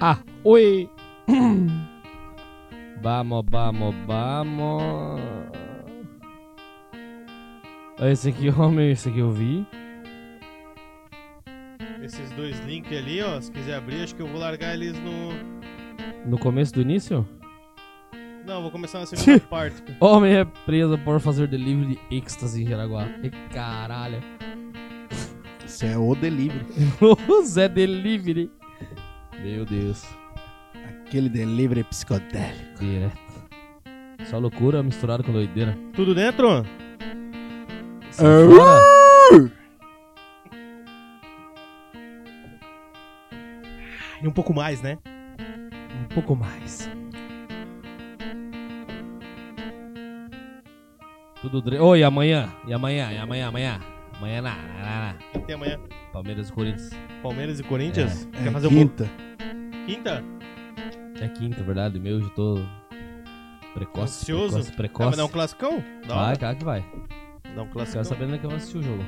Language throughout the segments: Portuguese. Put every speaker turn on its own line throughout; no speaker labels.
Ah, oi!
Vamos, vamos, vamos. Esse aqui, homem, esse aqui eu vi.
Esses dois links ali, ó, se quiser abrir, acho que eu vou largar eles no.
No começo do início?
Não, vou começar na segunda parte.
Homem é preso por fazer delivery de êxtase em Jaraguá. E caralho.
Isso é o delivery.
O Zé Delivery. Meu Deus.
Aquele delivery psicodélico.
Direto. Só loucura misturada com doideira.
Tudo dentro?
Sai fora.
E um pouco mais, né?
Um pouco mais. Tudo dre... Oi, amanhã. E amanhã, e amanhã, amanhã. Amanhã na, na, na, na.
Quem tem amanhã?
Palmeiras e Corinthians.
Palmeiras e Corinthians?
É
Quer fazer um
quinta.
quinta?
É quinta, verdade. Meu, hoje eu tô precoce. Precoce,
Ansioso? Ah, mas
precoce.
dá um classicão? Dá,
vai, cara, que vai.
dá um
Quero
classicão.
saber onde é que eu vou assistir o jogo.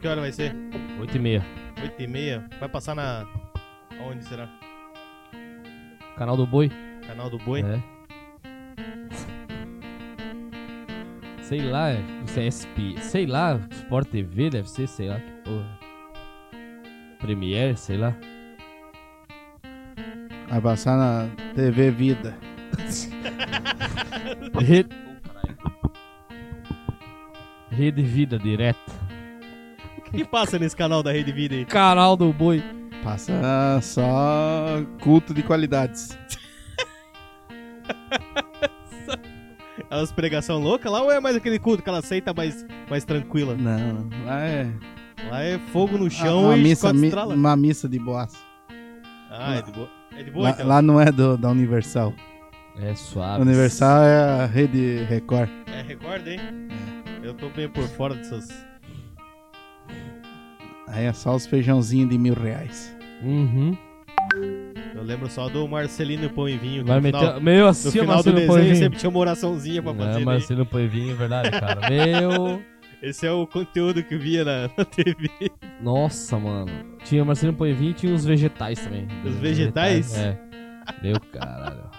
Que hora vai ser?
8 e meia.
8 e meia. Vai passar na. Onde será?
Canal do Boi.
Canal do Boi?
É. Sei lá, isso é SP. Sei lá, Sport TV deve ser, sei lá que porra. Premiere, sei lá.
Vai passar na TV Vida.
Rede. Rede Vida Direto.
O que passa nesse canal da Rede Vida aí?
Canal do Boi.
Passa só culto de qualidades.
É umas pregação louca lá ou é mais aquele culto que ela aceita mais, mais tranquila?
Não, lá é
Lá é fogo no
Ah,
chão
uma,
e
missa,
quatro
mi-
estrala.
uma missa de boas.
Ah, é de boa. É de boa
Lá,
então? Ah,
lá não é do- da Universal.
É suave.
Universal é a rede Record.
É, recorda, hein? Eu tô bem por fora dessas.
Aí é só os feijãozinhos de mil reais.
Uhum.
Eu lembro só do Marcelino e Pão e Vinho. que
Vai
no final-
meter. Meu,
No
assim,
final do
Marcelo
desenho
Poevinho.
sempre tinha uma oraçãozinha pra fazer.
É,
né?
Marcelo Poevinho, é verdade, cara. Meu.
Esse é o conteúdo que eu via na, na TV.
Nossa, mano. Tinha Marcelo Poevinho e tinha uns vegetais também.
Os vegetais?
É. Meu caralho.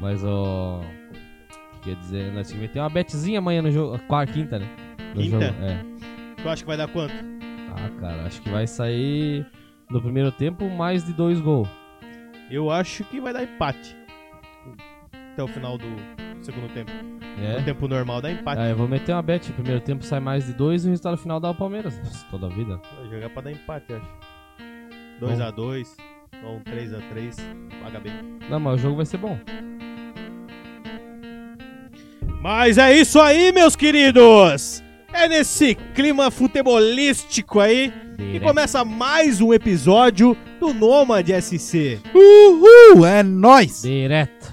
Mas, ó. O que quer dizer? Nós tínhamos que ter uma betezinha amanhã no jogo. Quarta, quinta, né? No
Quinta?
jogo. É.
Tu acha que vai dar quanto?
Ah, cara, acho que vai sair no primeiro tempo mais de dois gols.
Eu acho que vai dar empate. Até o final do segundo tempo. No
É.
tempo normal dá empate.
Ah, eu vou meter uma bet. Primeiro tempo sai mais de dois e o resultado final dá o Palmeiras. Nossa, toda a vida.
Vai jogar pra dar empate, eu acho.
É. Bom.
2x2, ou um 3x3, paga bem.
Não, mas o jogo vai ser bom.
Mas é isso aí, meus queridos! É nesse clima futebolístico aí que começa mais um episódio do Nomad SC.
Uhul! É nóis!
Direto.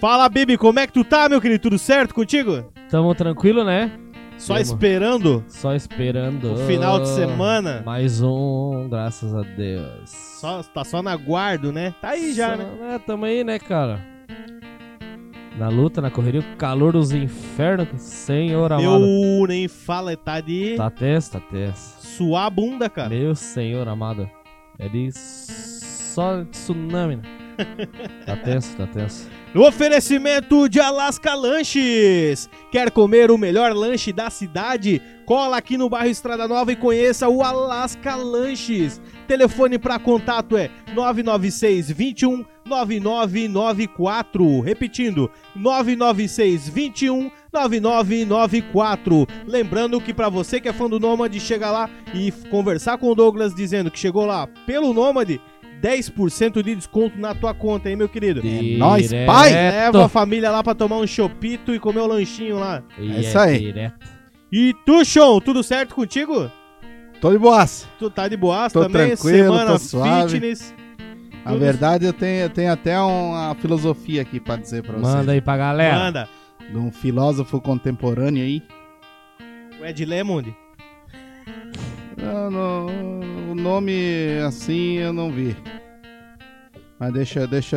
Fala, Bibi, como é que tu tá, meu querido? Tudo certo contigo?
Tamo tranquilo, né?
Só
Tamo.
esperando
Só esperando.
o final de semana.
Mais um, graças a Deus.
Só, tá só na guardo, né? Tá aí já, né?
É, tamo aí, né, cara? Na luta, na correria, o calor dos infernos, senhor amado.
Eu nem fala, tá de
Tá tenso, tá tenso.
suar a bunda, cara.
Meu senhor amado. É de só tsunami, né? Tá tenso, tá tenso.
No oferecimento de Alaska Lanches. Quer comer o melhor lanche da cidade? Cola aqui no bairro Estrada Nova e conheça o Alaska Lanches. Telefone para contato é 996 21 9994. Repetindo, 996 21 9994. Lembrando que para você que é fã do Nômade, chega lá e conversar com o Douglas dizendo que chegou lá pelo Nômade, 10% de desconto na tua conta, hein, meu querido?
Direto. É,
nóis, pai!
Leva a família lá pra tomar um chopito e comer o lanchinho lá.
E
É isso aí.
Direto.
E tu, Sean, tudo certo contigo?
Tô de boas.
Tu tá de boas
Tô
também?
tranquilo,
Semana
tô suave.
fitness.
Na
Tudo-
verdade, eu tenho, eu tenho até uma filosofia aqui pra dizer pra vocês.
Manda aí pra galera.
Manda.
De um filósofo contemporâneo aí.
O Ed Lemond. é um
Eu não- o nome assim eu não vi. Mas deixa, deixa.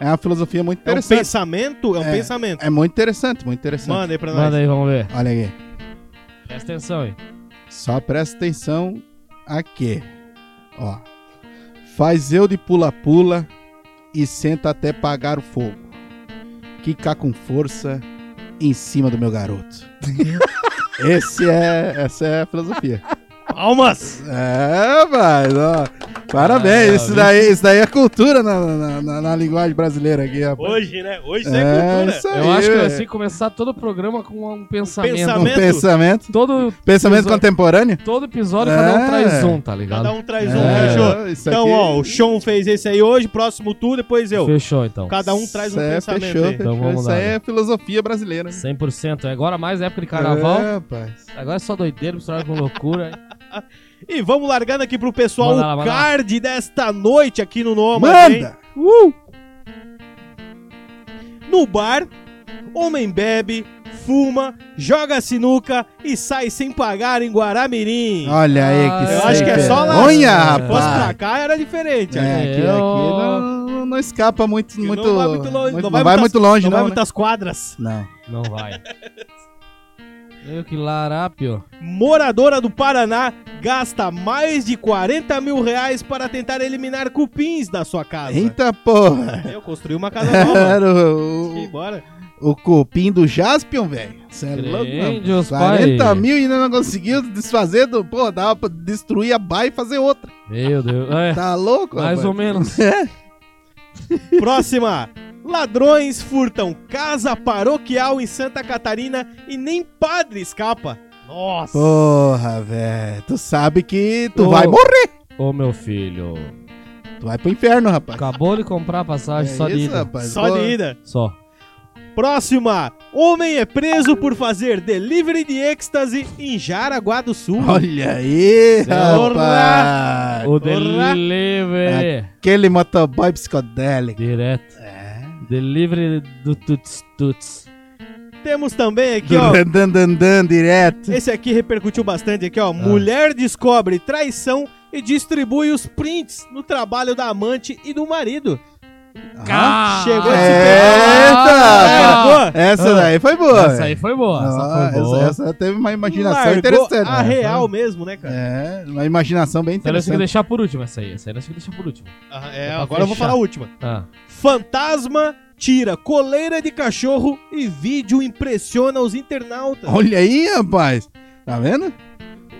É uma filosofia muito
É um
interessante.
pensamento? É um
É,
pensamento.
É muito interessante, muito interessante.
Manda aí pra nós.
Manda aí, vamos ver.
Olha aí.
Presta atenção aí.
Só presta atenção aqui. Ó. Faz eu de pula-pula e senta até pagar o fogo. Quica com força em cima do meu garoto. Esse é, essa é a filosofia.
Palmas!
É, mas, ó. Parabéns,
Ah,
isso,
viu?
daí, isso daí é cultura na, na, na- na linguagem brasileira aqui, rapaz.
Hoje, né? Hoje isso é,
É,
cultura.
isso aí,
Eu acho que
velho.
vai
assim
ser começar todo o programa com um pensamento.
Um
Pensamento.
pensamento.
Todo,
Pensamento
Exato.
contemporâneo?
todo episódio cada
É.
um traz um, tá ligado?
Cada um traz um,
É,
fechou?
Isso
Então,
aqui-
ó, o Sean fez esse aí hoje, próximo tu, depois eu.
Fechou então.
Cada um traz um
Isso é,
pensamento
Fechou,
aí.
fechou.
Então vamos
isso
lá,
aí
né?
é filosofia brasileira.
100%. É agora mais época de carnaval.
É, rapaz.
Agora é só doideira, misturado com loucura.
E vamos largando aqui pro pessoal
Manda lá,
o
manda lá.
card desta noite aqui no Noma. hein?
Manda!
No bar, homem bebe, fuma, joga sinuca e sai sem pagar em Guaramirim.
Olha aí
Ah,
que
Eu
sem
acho que é só lá.
vergonha,
Se fosse pra
rapaz.
cá era diferente.
É,
né?
aqui, aqui
Eu-
não, não escapa muito,
não
muito,
vai muito longe, não vai
vai
muitas-
muito longe,
Não vai
não. né?
muitas quadras.
Não.
Não vai. Eu que larápio.
Moradora do Paraná gasta mais de 40 mil reais para tentar eliminar cupins da sua casa.
Eita porra!
Eu construí uma casa nova.
Era
E
Tipo.
o,
bora.
o, o cupim do Jaspion, velho. Você é louco, mano.
Crende os
40
pai.
mil e ainda não conseguiu desfazer do. Pô, dava pra destruir a baia e fazer outra.
Meu Deus. É,
Tá louco,
mais
rapaz?
ou menos.
Próxima. Ladrões furtam casa paroquial em Santa Catarina e nem padre escapa. Nossa.
Porra, velho. Tu sabe que tu
Ô.
vai morrer.
Ô meu filho.
Tu vai pro inferno, rapaz.
Acabou de comprar a passagem só de ida.
É rapaz.
Só
Pô,
de ida.
Só.
Próxima. Homem é preso por fazer delivery de êxtase em Jaraguá do Sul.
Olha aí,
é
Porra.
rapaz.
O
Porra.
delivery.
Aquele motoboy psicodélico.
Direto. Delivery do tuts tuts.
Temos também aqui,
Do
ó.
randandandan direto.
Esse aqui repercutiu bastante aqui, ó. Mulher descobre traição e distribui os prints no trabalho da amante e do marido. chegou esse
Eita!
Ah,
rapaz. Essa
Ah.
daí foi boa.
Essa aí foi boa.
Ah,
Essa foi
essa,
boa.
essa teve uma imaginação
Largou
interessante. né?
A real mesmo, né, cara?
É, uma imaginação bem
Então nós temos que
interessante.
deixar por último essa aí. Essa aí nós temos que deixar por último.
Ah, É,
pra
agora eu vou
fechar.
falar a última.
Ah.
Fantasma tira coleira de cachorro e vídeo impressiona os internautas.
Olha aí, rapaz. Tá vendo?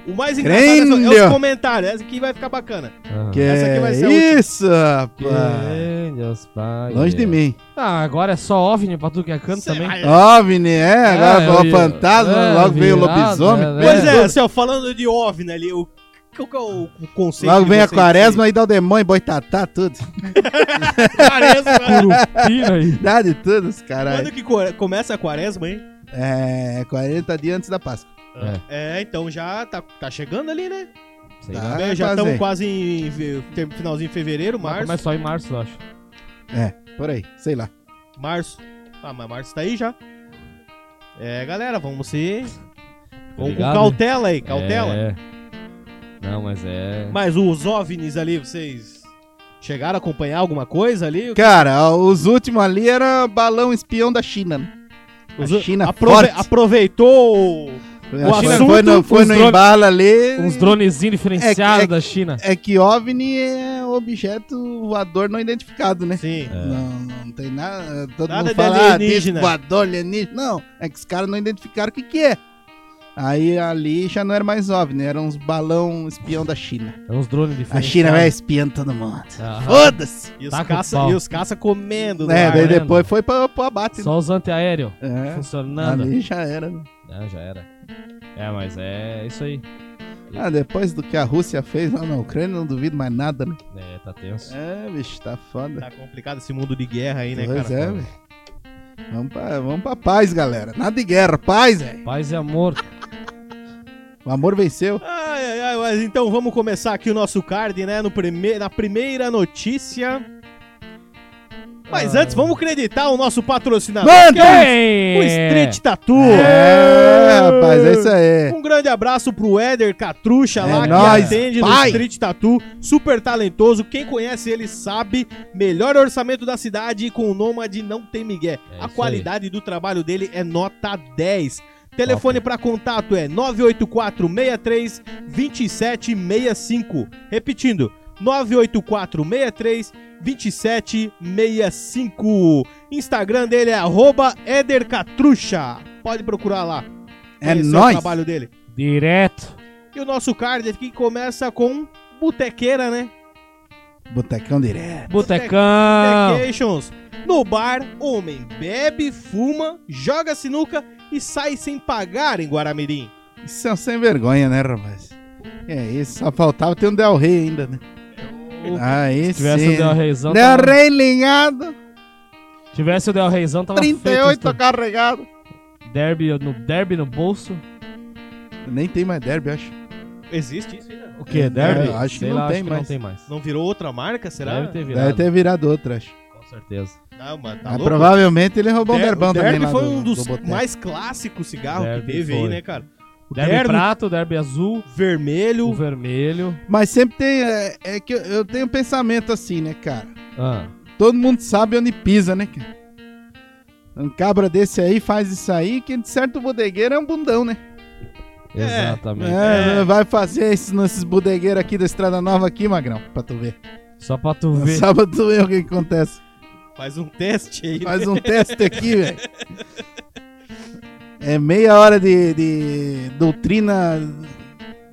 O mais engraçado é, só- é
Crânio.
os comentários. Essa aqui vai ficar bacana.
ah.
Que
Essa aqui vai ser a última.
isso, rapaz.
Que Deus pai.
Longe de mim.
Ah, agora é só OVNI pra tudo que é canto
Cê-
também.
Ah,
OVNI, é, agora
É,
falou
eu-
fantasma,
é,
logo veio o
virado,
lobisomem.
né,
Pois é,
velho.
assim, ó, falando de OVNI ali, o, qual que é o, o conceito
Logo
de
vem a
vocês?
quaresma e dá o demônio, boitatá, tudo.
Quaresma. né?
Curupira aí.
Dá de tudo, os caralho.
Quando que co- começa a quaresma, hein?
É, 40 dias antes da Páscoa.
É, então já tá, tá chegando ali, né?
Sei lá.
Tá,
Bem, já estamos
quase.
quase em ve- tem- finalzinho de fevereiro,
Mas
março.
Começa só em março, eu acho.
É, por aí, sei lá.
Março. Ah, mas março tá aí já. É, galera, vamos ser. Vamos
Tá ligado,
com cautela aí, cautela.
É. Não, mas é.
Mas os OVNIs ali, vocês chegaram a acompanhar alguma coisa ali?
Cara, os últimos ali era balão espião da China. né?
Os-
a China
aprove-
forte.
Aproveitou. o-
A China
assunto,
foi no, foi
os
no
drones-
embalo ali.
Uns dronezinhos diferenciados
É que- é
da China.
É que OVNI é objeto voador não identificado, né?
Sim. É.
Não, não tem nada. Todo
Nada
mundo
de
fala, ah, disco
alienígena."
voador, alienígena. Não, é que os caras não identificaram o que, que é. Aí ali já não era mais OVNI, era uns balão espião da China.
É uns drones
A
diferenciados.
China vai espiando todo mundo.
Ah,
Aham.
Foda-se!
E os,
Taca o
caça,
pau.
e os caça comendo.
É,
lá,
daí
né?
vendo?
depois foi pra, pro abate. né?
Só os antiaéreos
É,
funcionando.
ali já era. né?
Ah, já era. É, mas é isso aí.
Ah, depois do que a Rússia fez lá na Ucrânia, não duvido mais nada, né?
É, tá tenso.
É, bicho, tá foda.
Tá complicado esse mundo de guerra aí, né,
pois
cara?
é, velho. Vamos pra, vamos pra paz, galera. Nada de guerra, paz, velho.
Paz e amor.
O amor venceu.
Ai, ai, ai, mas então vamos começar aqui o nosso card, né? No prime... Na primeira notícia. Mas
Ah.
antes, vamos acreditar o nosso patrocinador, que é
Quem?
um
o Street Tattoo.
É, rapaz, é isso aí.
Um grande abraço pro Éder Catrucha
É
lá,
nóis,
que atende no
pai.
Street Tattoo, super talentoso. Quem conhece ele sabe, melhor orçamento da cidade e com o Nômade não tem migué.
É
A
isso
qualidade do trabalho dele é nota 10. Telefone para contato é 984 63 2765. Repetindo, 984632765. Instagram dele é arroba @edercatrucha. Pode procurar lá.
É
Conhecer o
nóis.
trabalho dele.
Direto.
E o nosso card aqui começa com Botequeira, né?
Botecão
É,
direto. Ah.
Botecão.
Vacations. No bar, homem bebe, fuma, joga sinuca e sai sem pagar em Guaramirim.
Isso é um sem vergonha, né, rapaz? É isso, só faltava ter um Del Rey ainda, né?
é
Aí
Se tivesse
sim.
o Del Reizão,
Del
tava,
Rey linhado,
se tivesse o Del Reizão, tava feito
38
isso.
carregado.
derby no Derby no bolso.
Nem tem mais derby, acho.
Existe isso ainda?
O que? Derby?
eu É, acho que
Sei
não
lá,
tem
acho que
mais.
não tem mais.
Não virou outra marca, será?
Deve ter virado.
Deve ter virado outra, acho.
Com certeza.
Ah, mano, tá
Mas
louco?
provavelmente ele roubou um
Der-
derbão
o
também
Derby
lá
foi
do-
um
do
dos
boteco.
mais clássicos cigarros que
Derby
teve aí,
foi.
né, cara? O
Derby,
Derby,
prato, derby azul,
vermelho,
o vermelho.
Mas sempre tem. É, é que eu, eu tenho um pensamento assim, né, cara?
Ah,
Todo mundo sabe onde pisa, né, cara? Um cabra desse aí faz isso aí, que de certo o bodegueiro é um bundão, né?
É,
exatamente.
É, vai fazer isso nesses bodegueiros aqui da Estrada Nova aqui, Magrão, pra tu ver.
Só pra tu
No
ver.
sábado eu o que acontece.
faz um teste aí.
Faz um teste aqui, velho. É meia hora de, de doutrina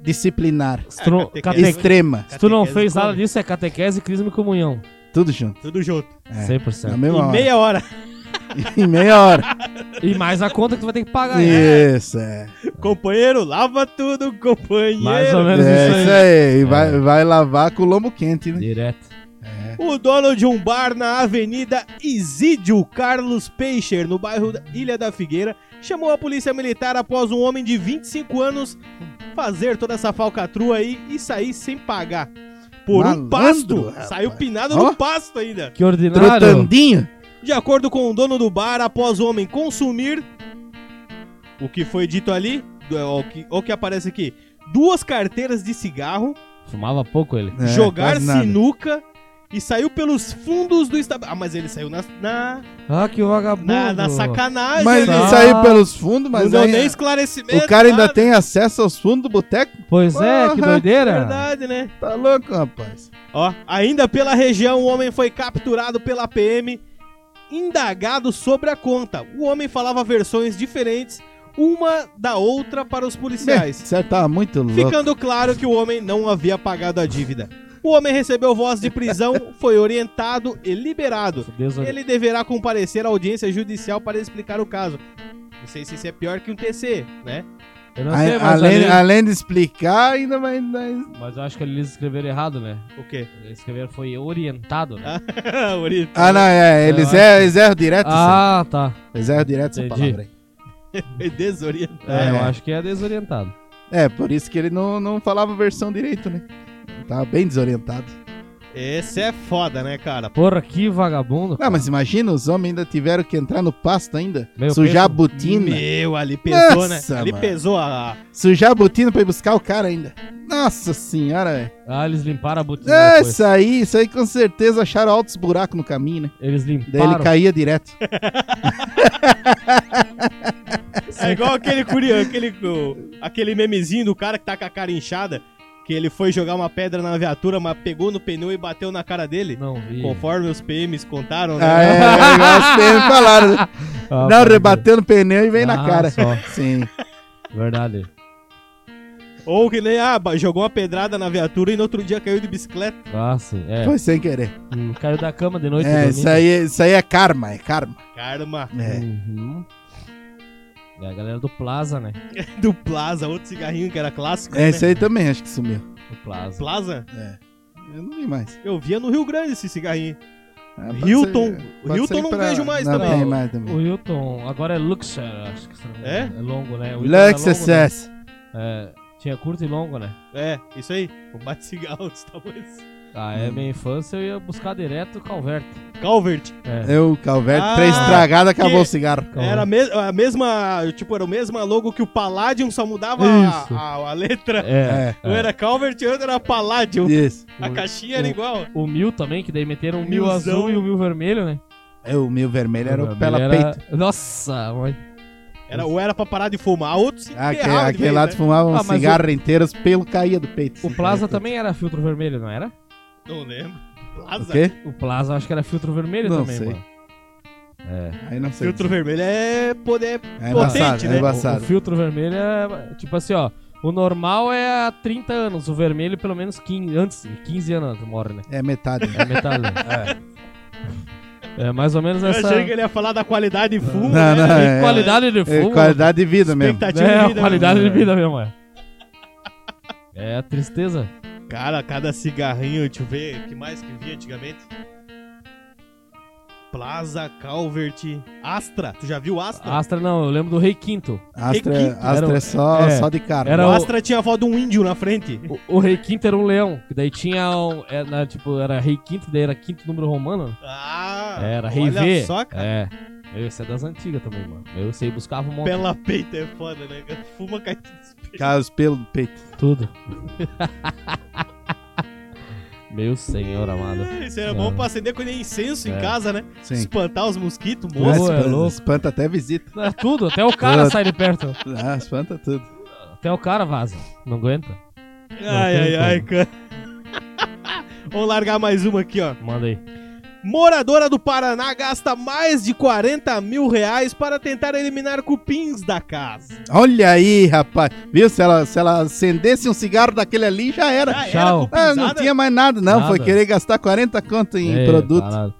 disciplinar.
Se tu, não-
É, catequese.
cate-
Extrema.
se tu não
Catequese
fez nada
come.
disso, é catequese, crisma e comunhão.
Tudo junto.
Tudo junto.
É, Na
100%.
mesma
Em
hora.
meia hora.
em meia hora.
E mais a conta que tu vai ter que pagar. né?
Isso, é.
Companheiro, lava tudo, companheiro.
Mais ou
É
menos isso aí.
isso aí. Vai, vai lavar com o lombo quente, né?
Direto.
É.
O dono de um bar na Avenida Isídio Carlos Peixer, no bairro da Ilha da Figueira, chamou a polícia militar após um homem de 25 anos fazer toda essa falcatrua aí e sair sem pagar. Por um
Malandro,
pasto!
rapaz.
Saiu pinado
Ó.
no pasto ainda!
Que ordinário.
Trotandinho? É,
De acordo com o dono do bar, após o homem consumir o que foi dito ali, é, o que, o que aparece aqui, duas carteiras de cigarro,
Fumava pouco ele.
É,
jogar
quase nada.
sinuca e saiu pelos fundos do estabelecimento. Ah, mas ele saiu na, na,
Ah, que vagabundo.
na, na sacanagem.
Mas
ele
ele
Tá.
saiu pelos fundos,
não
mas
deu
aí, é.
nem esclarecimento.
o cara ainda
nada.
tem acesso aos fundos do boteco?
Pois é, que
Porra,
doideira.
Verdade, né?
Tá louco, rapaz.
Ó, ainda pela região, o homem foi capturado pela PM, indagado sobre a conta. O homem falava versões diferentes, uma da outra, para os
Bem,
policiais.
Você tava muito louco.
Ficando claro que o homem não havia pagado a dívida. O homem recebeu voz de prisão, foi orientado e liberado.
Deus-
Ele deverá comparecer à audiência judicial para explicar o caso. Não sei se isso é pior que um TC, né?
Eu não
A-
sei, mas,
além,
ali-
além de explicar, ainda vai. vai-
mas eu acho que eles escreveram errado, né?
O quê?
Eles escreveram foi orientado, né?
Bonito.
Ah, não, é. Eles,
Eu
é, eles erram direto. essa-
Ah, tá.
Eles erram direto essa
entendi.
palavra aí.
Foi desorientado.
É,
É.
eu acho que é desorientado.
É, por isso que ele não, não falava a versão direito, né? Tava bem desorientado.
Esse é foda, né, cara?
Porra, que vagabundo.
Não, Ah, mas imagina, os homens ainda tiveram que entrar no pasto ainda.
Meu
sujar a
peso.
botina.
Meu, ali pesou,
Nossa,
né? Ali
mano.
pesou a.
Sujar a botina pra ir buscar o cara ainda. Nossa senhora, é. velho.
Ah, eles limparam a botina
É,
depois.
Isso aí, isso aí com certeza acharam altos buracos no caminho, né?
Eles
Daí
limparam.
ele caía direto.
É igual aquele curião, aquele, o- aquele memezinho do cara que tá com a cara inchada, que ele foi jogar uma pedra na viatura, mas pegou no pneu e bateu na cara dele.
Não vi.
Conforme os PMs contaram, né?
Ah, é, é igual os PM falaram. né?
Ah,
Não,
pode ver.
rebateu no pneu e vem
Ah,
na cara.
só.
Sim.
Verdade.
Ou que nem, ah, ba- jogou uma pedrada na viatura e no outro dia caiu de bicicleta.
Ah, sim. É.
Foi sem querer.
Hum, caiu da cama de noite.
É,
dormindo.
isso aí, isso aí é karma, é karma.
Karma.
É.
Uhum. É a galera do Plaza, né?
Do Plaza, outro cigarrinho que era clássico. né?
É, isso aí também acho que sumiu.
Do Plaza.
Plaza?
É. Eu não vi mais.
Eu via no Rio Grande esse cigarrinho.
Ah, pode
Hilton.
ser-
O
pode
Hilton
ser
não
pra-
vejo mais
não
também.
tem mais também.
O Hilton, agora é Luxor, acho que se não me
É?
engano. É longo, né? O Hilton era longo,
Lux Success.
né? É, tinha curto e longo, né?
É, isso aí. O bate cigarro tá dos tamanhos.
Ah, é minha infância, eu ia buscar direto o Calvert.
Calvert.
É.
Eu, Calvete,
Ah,
três estragadas, acabou
que-
o cigarro.
Era a, mes- a mesma. Tipo, era o mesmo logo que o Palladium, só mudava
Isso.
a, a- a letra.
É.
É,
Um era Calvert e o outro era Palladium.
isso.
A caixinha era
o-
igual.
O Mil também, que daí meteram o Mil
Milzão.
azul e o Mil vermelho, né?
É, o meu vermelho era o pela peito.
peito. Nossa, mãe.
Era, ou era pra parar de fumar, outro se
Aque-
ferrava de
aquele
vez,
lá
né?
tu fumava um
Ah, mas
cigarro inteiro, os pelos caíam do peito.
tá-
O Plaza também era filtro vermelho, não era?
Não lembro.
O
Plaza.
quê?
O Plaza acho que era filtro vermelho
Não
também,
sei.
mano. É.
Aí não sei.
Filtro vermelho é poder.
É embaçado,
potente,
é
né?
O, o
embaçado.
filtro vermelho é tipo assim, ó. O normal é há 30 anos, o vermelho pelo menos 15, antes, 15 anos morre, né?
É metade.
É metade. é. mais ou menos
Eu
essa
achei que ele ia falar da qualidade full.
Não, não,
né?
é-
qualidade de
É
fogo.
qualidade de vida mesmo.
Expectativa de
É,
vida,
qualidade
né?
de vida mesmo, é. É a tristeza.
Cara, cada cigarrinho, deixa eu ver, o que mais que vi antigamente? Plaza, Calvert, Astra. Tu já viu Astra?
Astra não, eu lembro do Rei Quinto.
Astra,
Equipe.
Astra
Era-
é só,
é,
só de cara. né?
era
o
o-
Astra tinha a foto de um índio na frente.
O, o Rei Quinto era um leão, que daí tinha um. Era, né, tipo, era Rei Quinto, daí era quinto número romano.
Ah!
Era Rei
olha
V.
só, cara.
É. Meu, isso é das antigas também, mano. Eu sei, buscava um monte
Pela peita é foda, né? cara? Fuma cai tudo espelho.
Cara, os pelos do peito.
de tudo. Meu senhor amado.
Isso era
Não.
bom pra acender quando é incenso em
É.
casa, né?
Sim.
Espantar os mosquitos,
Não é
Boa,
moço.
é
espanta,
louco.
espanta até visita.
É tudo, até o cara sai de perto.
Ah, espanta tudo.
Até o cara vaza. Não aguenta.
Ai, ai, ai, cara. Vamos largar mais uma aqui, ó.
Manda aí.
Moradora do Paraná gasta mais de 40 mil reais para tentar eliminar cupins da casa.
Olha aí, rapaz. Viu? Se ela, se ela acendesse um cigarro daquele ali, já era.
Já
tchau.
Ah, não tinha mais nada, não.
Nada.
Foi querer gastar 40 conto em
É,
produto.
parado.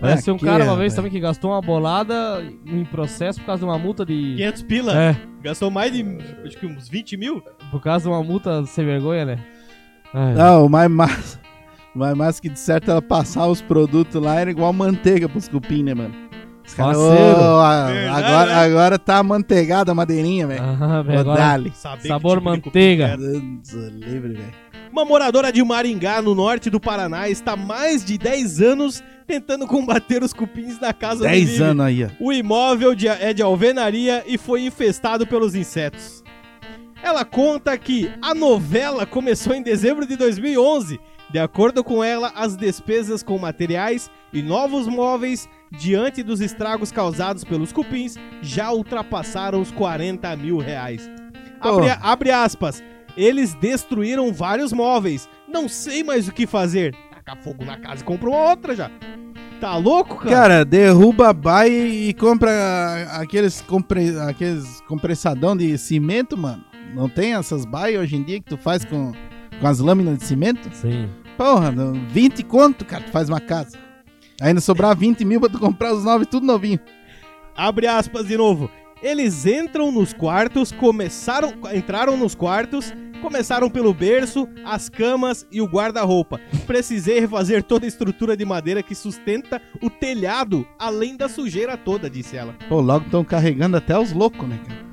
Parece um
que
cara
é,
uma vez
velho.
também que gastou uma bolada em processo por causa de uma multa de.
500 pila.
É,
Gastou mais de acho que uns 20 mil.
por causa de uma multa sem vergonha, né? Ai,
Não, o mais massa. O mais massa é que de certo ela passar os produtos lá era igual manteiga pros cupim, né, mano? Os caras,
Faceiro.
"Ô, a-
Verdade,
agora,
né?
agora tá amanteigada a madeirinha, velho.
Ah, velho,
Ô,
agora...
Dali.
Saber tipo
Sabor
de cupim
manteiga.
era.
Deus livre, velho.
Uma moradora de Maringá, no norte do Paraná, está há mais de 10 anos tentando combater os cupins na casa onde
10
vive.
anos aí, ó.
O imóvel de- é de alvenaria e foi infestado pelos insetos. Ela conta que a novela começou em dezembro de 2011. De acordo com ela, as despesas com materiais e novos móveis, diante dos estragos causados pelos cupins, já ultrapassaram os 40 mil reais.
Pô.
Abre, abre aspas. Eles destruíram vários móveis. Não sei mais o que fazer. Taca fogo na casa e compra uma outra já. Tá louco, cara?
Cara, derruba a baia e compra aqueles, compre... aqueles compressadão de cimento, mano. Não tem essas baias hoje em dia que tu faz com, com as lâminas de cimento?
Sim.
Porra, não- 20 conto, cara, tu faz uma casa. Ainda sobrar 20 mil pra tu comprar os novos, tudo novinho.
Abre aspas de novo. Eles entram nos quartos, começaram, entraram nos quartos, começaram pelo berço, as camas e o guarda-roupa. Precisei refazer toda a estrutura de madeira que sustenta o telhado, além da sujeira toda, disse ela.
Pô, logo estão carregando até os loucos, né, cara?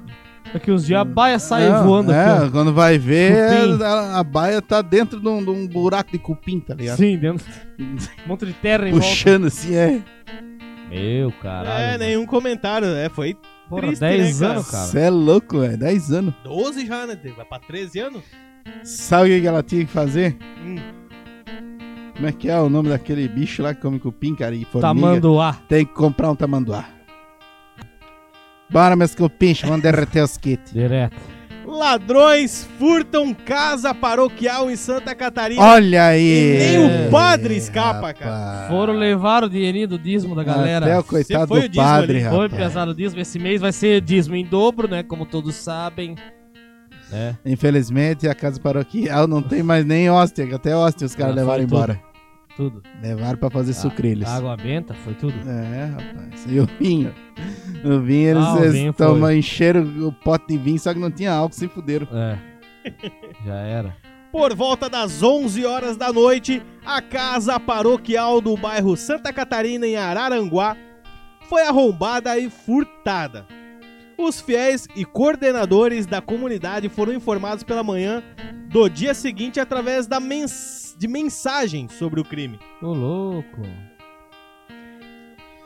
É que uns dias a baia sai
Não,
voando
é,
aqui.
quando vai ver,
Cupim.
a, a baia tá dentro de um, de um buraco de cupim, tá
ó.
ligado?
Sim, dentro. Um monte de terra em
Puxando assim, é.
volta. Meu caralho.
é, nenhum comentário, né? Foi
mano. Porra,
triste,
10
né, cara?
anos, cara.
Cê é louco, velho. 10 anos.
12 já, né? Vai pra 13 anos?
Sabe o que que ela tinha que fazer?
Hum.
Como é que é o nome daquele bicho lá que come cupim, cara? E
Tá
formiga?
Tamanduá.
Tem que comprar um tamanduá. Bora, meus cupins, vamos derreter os kits.
Direto.
Ladrões furtam casa paroquial em Santa Catarina.
Olha aí! É,
E nem
o
padre escapa, cara.
rapaz.
Foram levar o dinheirinho do dízimo da galera.
Ah. Até o coitado
foi o
do
dízimo
padre,
ali,
Foi
rapaz.
pesado o dízimo. Esse mês vai ser dízimo em dobro, né? Como todos sabem. É.
Infelizmente, a casa paroquial não tem mais nem hóstia, que até hóstia os caras
Ah, foi
levaram
tudo.
embora.
Tudo.
Levaram pra fazer sucrilhos.
Ah, Água benta, foi tudo.
É, rapaz. E o vinho? O vinho eles,
Ah, o
eles
vinho
tomam, encheram o pote de vinho, só que não tinha álcool, se fuderam.
É. Já era.
Por volta das 11 horas da noite, a casa paroquial do bairro Santa Catarina, em Araranguá, foi arrombada e furtada. Os fiéis e coordenadores da comunidade foram informados pela manhã do dia seguinte através da mens- de mensagem sobre o crime.
Ô, louco.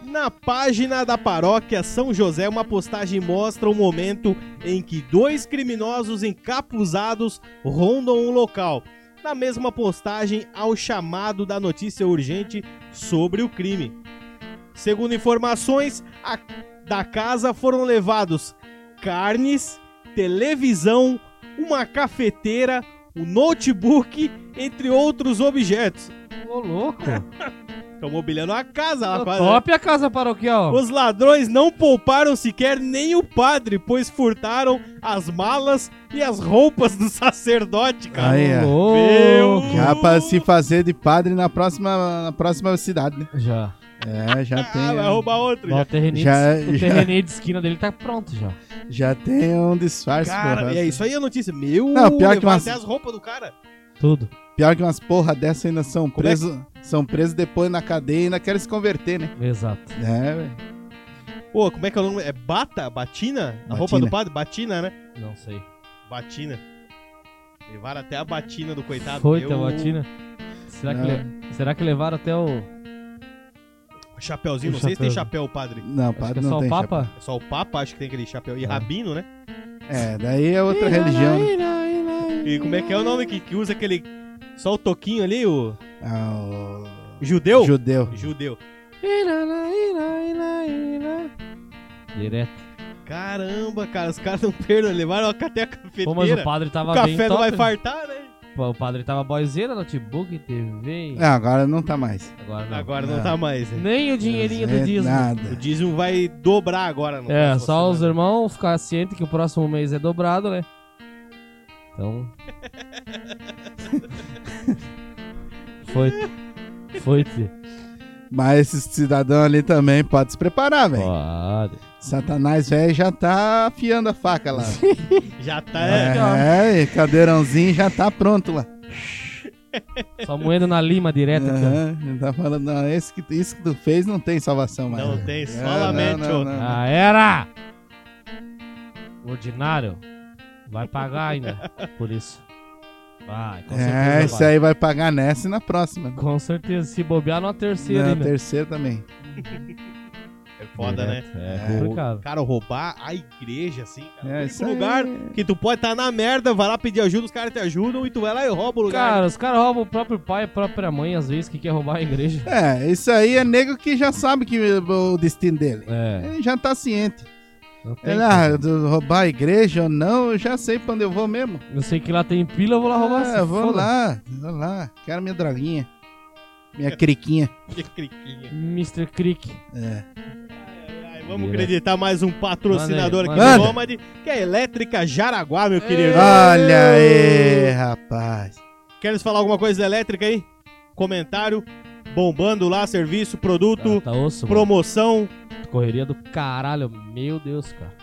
Na página da paróquia São José, uma postagem mostra o momento em que dois criminosos encapuzados rondam o local. Na mesma postagem, há o chamado da notícia urgente sobre o crime. Segundo informações a- da casa, foram levados carnes, televisão, uma cafeteira, um notebook, entre outros objetos.
Ô, Ô, louco.
Estão mobiliando a casa lá quase.
Top a casa paroquial.
Os ladrões não pouparam sequer nem o padre, pois furtaram as malas e as roupas do sacerdote, cara.
Aí, ó.
Louco.
Já pra se fazer de padre na próxima, na próxima cidade, né?
Já.
É, já tem.
Ah, vai roubar outro.
Ó, O terreninho,
já-
de, o
já-
terreninho de esquina dele tá pronto já.
Já tem um disfarce,
Cara,
porra.
e é isso aí a notícia. Meu,
Não, pior que
levaram
umas-
até as roupas do cara.
Tudo.
Pior que umas porra dessa ainda são
Como é que-
presos. São presos depois na cadeia e ainda querem se converter, né?
Exato.
É, velho.
Pô, como é que é o nome? É Bata? Batina? A roupa
Batina.
do padre? Batina, né?
Não sei.
Batina. Levaram até a batina do coitado.
Foi,
Meu,
teu Batina. Será que,
Não.
le- será que levaram até o.
Chapeuzinho,
O
não sei se tem
chapéu.
chapéu, padre.
Não,
Acho que
padre
é
não
só o
tem.
Papa?
É só o Papa, acho que tem aquele chapéu. E
Ah.
rabino, né?
chapéu. É, daí é outra religião. né?
E como é que é o nome que, que usa aquele. Só o toquinho ali, o.
Ah,
Judeu?
o... Judeu.
Judeu.
Direto.
Caramba, cara, os caras não perderam, levaram até a cafeteira.
Pô, mas o padre tava
o
bem
café não
top,
vai
né?
fartar, né?
Pô, O padre tava boyzeira, notebook, TV.
Ah, agora não tá mais.
Agora não.
Agora
Não.
não tá mais. né?
Nem o dinheirinho
É
do Disney.
O
Nada.
dízimo vai dobrar agora. Não
É, só os irmãos ficar ciente que o próximo mês é dobrado, né? Então. Foi. Foi. -te.
Mas esses cidadão ali também pode se preparar, velho.
Pode.
Satanás, velho, já tá afiando a faca lá.
er-
Já tá. é.
então.
É, e cadeirãozinho já tá pronto lá.
Só moendo na lima direto aqui, ó.
Aham, ele tá falando, não, esse que, isso que tu fez não tem salvação mais.
Não tem,
É,
solamente
não, não,
o-
não, não.
Já era! O ordinário vai pagar ainda por isso. Vai, com certeza.
É, isso
vai.
aí vai pagar nessa e na próxima. né?
Com certeza, se bobear numa terceira
Na
ainda.
terceira Né, também.
É foda, né?
É
É.
complicado.
Cara, roubar a igreja, assim, cara.
É,
o
isso
único
aí-
lugar que tu pode estar na merda, vai lá pedir ajuda, os caras te ajudam e tu vai lá e rouba o lugar.
Cara, os caras roubam o próprio pai e a própria mãe, às vezes, que quer roubar a igreja.
É, isso aí é nego que já sabe que o destino dele.
É.
Ele já tá ciente.
Não tem
Ele, ah, do- roubar a igreja ou não, eu já sei pra onde eu vou mesmo.
Eu sei que lá tem pila, eu vou lá roubar.
Ah,
se
vou
foda.
lá, vou lá. Quero minha droguinha. Minha criquinha.
Que criquinha.
Mr. Crick.
Ai, Vamos
Direto.
acreditar mais um patrocinador
Manda
aqui
aí,
do
manda.
Nômade, que é a Elétrica Jaraguá,
É.
meu querido.
Ah,
Olha aí, rapaz.
Queres falar alguma coisa da elétrica aí? Comentário, bombando lá, serviço, produto,
Ah, tá osso, mano.
promoção.
Correria do caralho, meu Deus, cara.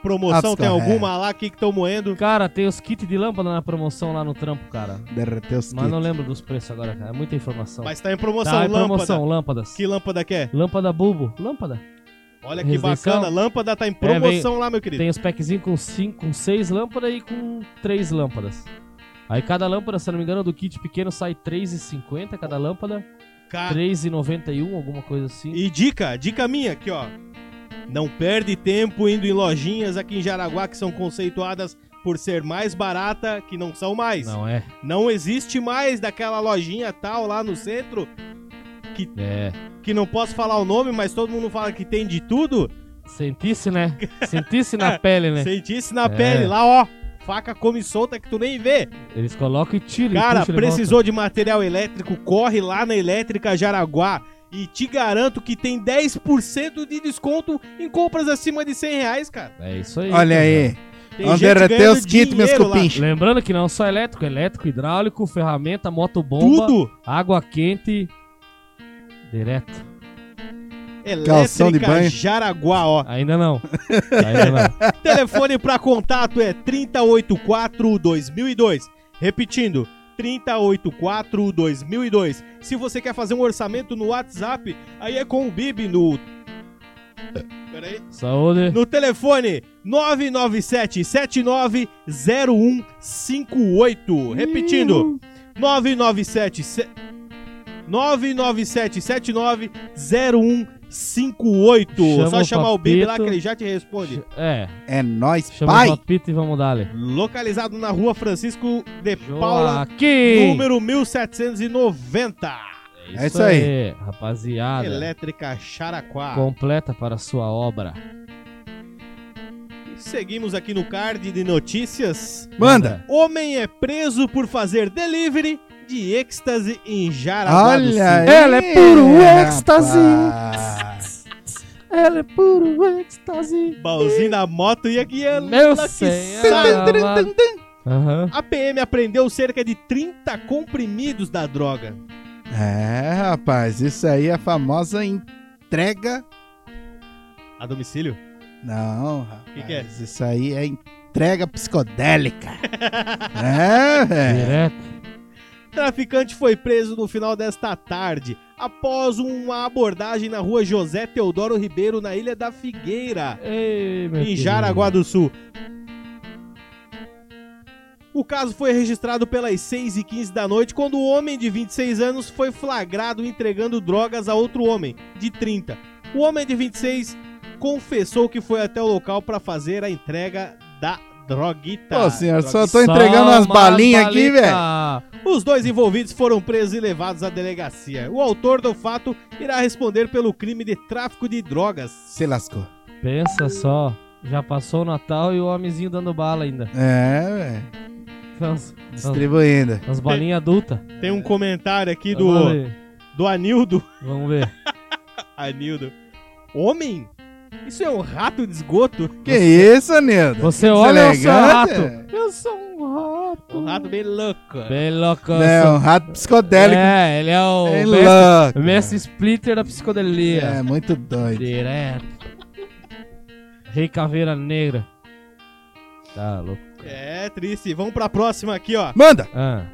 Promoção,
Ah,
tem
correto.
alguma lá aqui que estão moendo?
Cara, tem os kits de lâmpada na promoção lá no trampo, cara.
Derreteu os
Mas não
kits.
lembro dos preços agora, cara. É muita informação.
Mas tá em promoção,
tá, em
lâmpada.
promoção, lâmpadas.
Que lâmpada que é?
Lâmpada bulbo. Lâmpada.
Olha que
Residencial?
bacana, lâmpada tá em promoção lá, meu querido.
Tem os packzinhos com 5, com 6 lâmpadas e com 3 lâmpadas. Aí cada lâmpada, se eu não me engano, do kit pequeno sai 3,50 cada lâmpada.
Cara,
3,91, alguma coisa assim.
Ah. E dica, dica minha aqui, ó. Não perde tempo indo em lojinhas aqui em Jaraguá que são conceituadas por ser mais barata, que não são mais. Não,
Não é.
existe mais daquela lojinha tal lá no centro,
É.
que não posso falar o nome, mas todo mundo fala que tem de tudo.
Sentisse, né? Sentisse na pele, né?
Senti isso na
É.
pele lá, ó. Faca come solta que tu nem vê.
Eles colocam e tiram. e
Cara,
puxam de
precisou de material elétrico? Corre lá na Elétrica Jaraguá e te garanto que tem 10% de desconto em compras acima de 100 reais, cara.
volta. É isso aí.
Olha
cara.
aí.
Tem
Vamos
gente
derreter
ganhando
os kits, meus
dinheiro lá.
cupins.
Lembrando que não é só elétrico, elétrico, hidráulico, ferramenta, motobomba,
Tudo.
água quente, direto.
Calção de
Elétrica
banho.
Jaraguá, ó.
Ainda não. Ainda não.
Telefone pra contato é 384-2002. Repetindo, 384-2002. Se você quer fazer um orçamento no WhatsApp, aí é com o Bibi no... Peraí.
Saúde.
No telefone 997-790158. Repetindo, 997 se- 997-790158.
Chama
Só
o
chamar o Bibi lá que
Papito.
ele já te responde.
É,
É nóis,
chama
pai.
o papito e vamos dar ali.
Localizado na rua Francisco de Paula,
Joaquim!
número 1790.
É isso aí. é
rapaziada.
Elétrica Charaquá.
Completa para a sua obra.
Seguimos aqui no card de notícias.
Manda.
Homem é preso por fazer delivery de êxtase em Jaraguá do Sul.
Olha aí,
Ela é puro êxtase.
rapaz.
Ela é puro êxtase.
Balzinho da moto e aqui é
Meu
lá que
senhor
sai.
amado. Aham.
A PM apreendeu cerca de 30 comprimidos da droga.
É, rapaz, isso aí é a famosa entrega.
A domicílio?
Não, rapaz.
Que que é?
Isso aí é entrega psicodélica. é, velho.
Direto.
Traficante foi preso no final desta tarde, após uma abordagem na rua José Teodoro Ribeiro, na Ilha da Figueira,
Ei, meu
em
querido.
Jaraguá do Sul. O caso foi registrado pelas 6h15 da noite, quando o homem de 26 anos foi flagrado entregando drogas a outro homem, de 30. O homem de 26 confessou que foi até o local para fazer a entrega da droguita.
Pô, senhor, só
Droguita.
tô entregando umas
uma
balinhas aqui,
balita.
velho.
Os dois envolvidos foram presos e levados à delegacia. O autor do fato irá responder pelo crime de tráfico de drogas.
Se lascou.
Pensa só. Já passou o Natal e o homenzinho dando bala ainda.
É, velho.
As,
Distribuindo.
as balinhas adultas.
Tem um comentário aqui
Vamos
do,
ver.
do Anildo.
Vamos ver.
Anildo. Homem? Isso é um rato de esgoto?
Que isso, Nildo?
Você
Isso
olha
é
o seu
elegante?
rato. Eu sou um rato.
Um rato bem louco.
Bem louco.
É, um rato psicodélico.
É, ele é o
É
mestre,
louco.
mestre Splitter da psicodelia.
É, muito doido.
Direto. Rei Caveira Negra. Tá louco.
É, triste. Vamos pra próxima aqui, ó.
Manda!
Ah,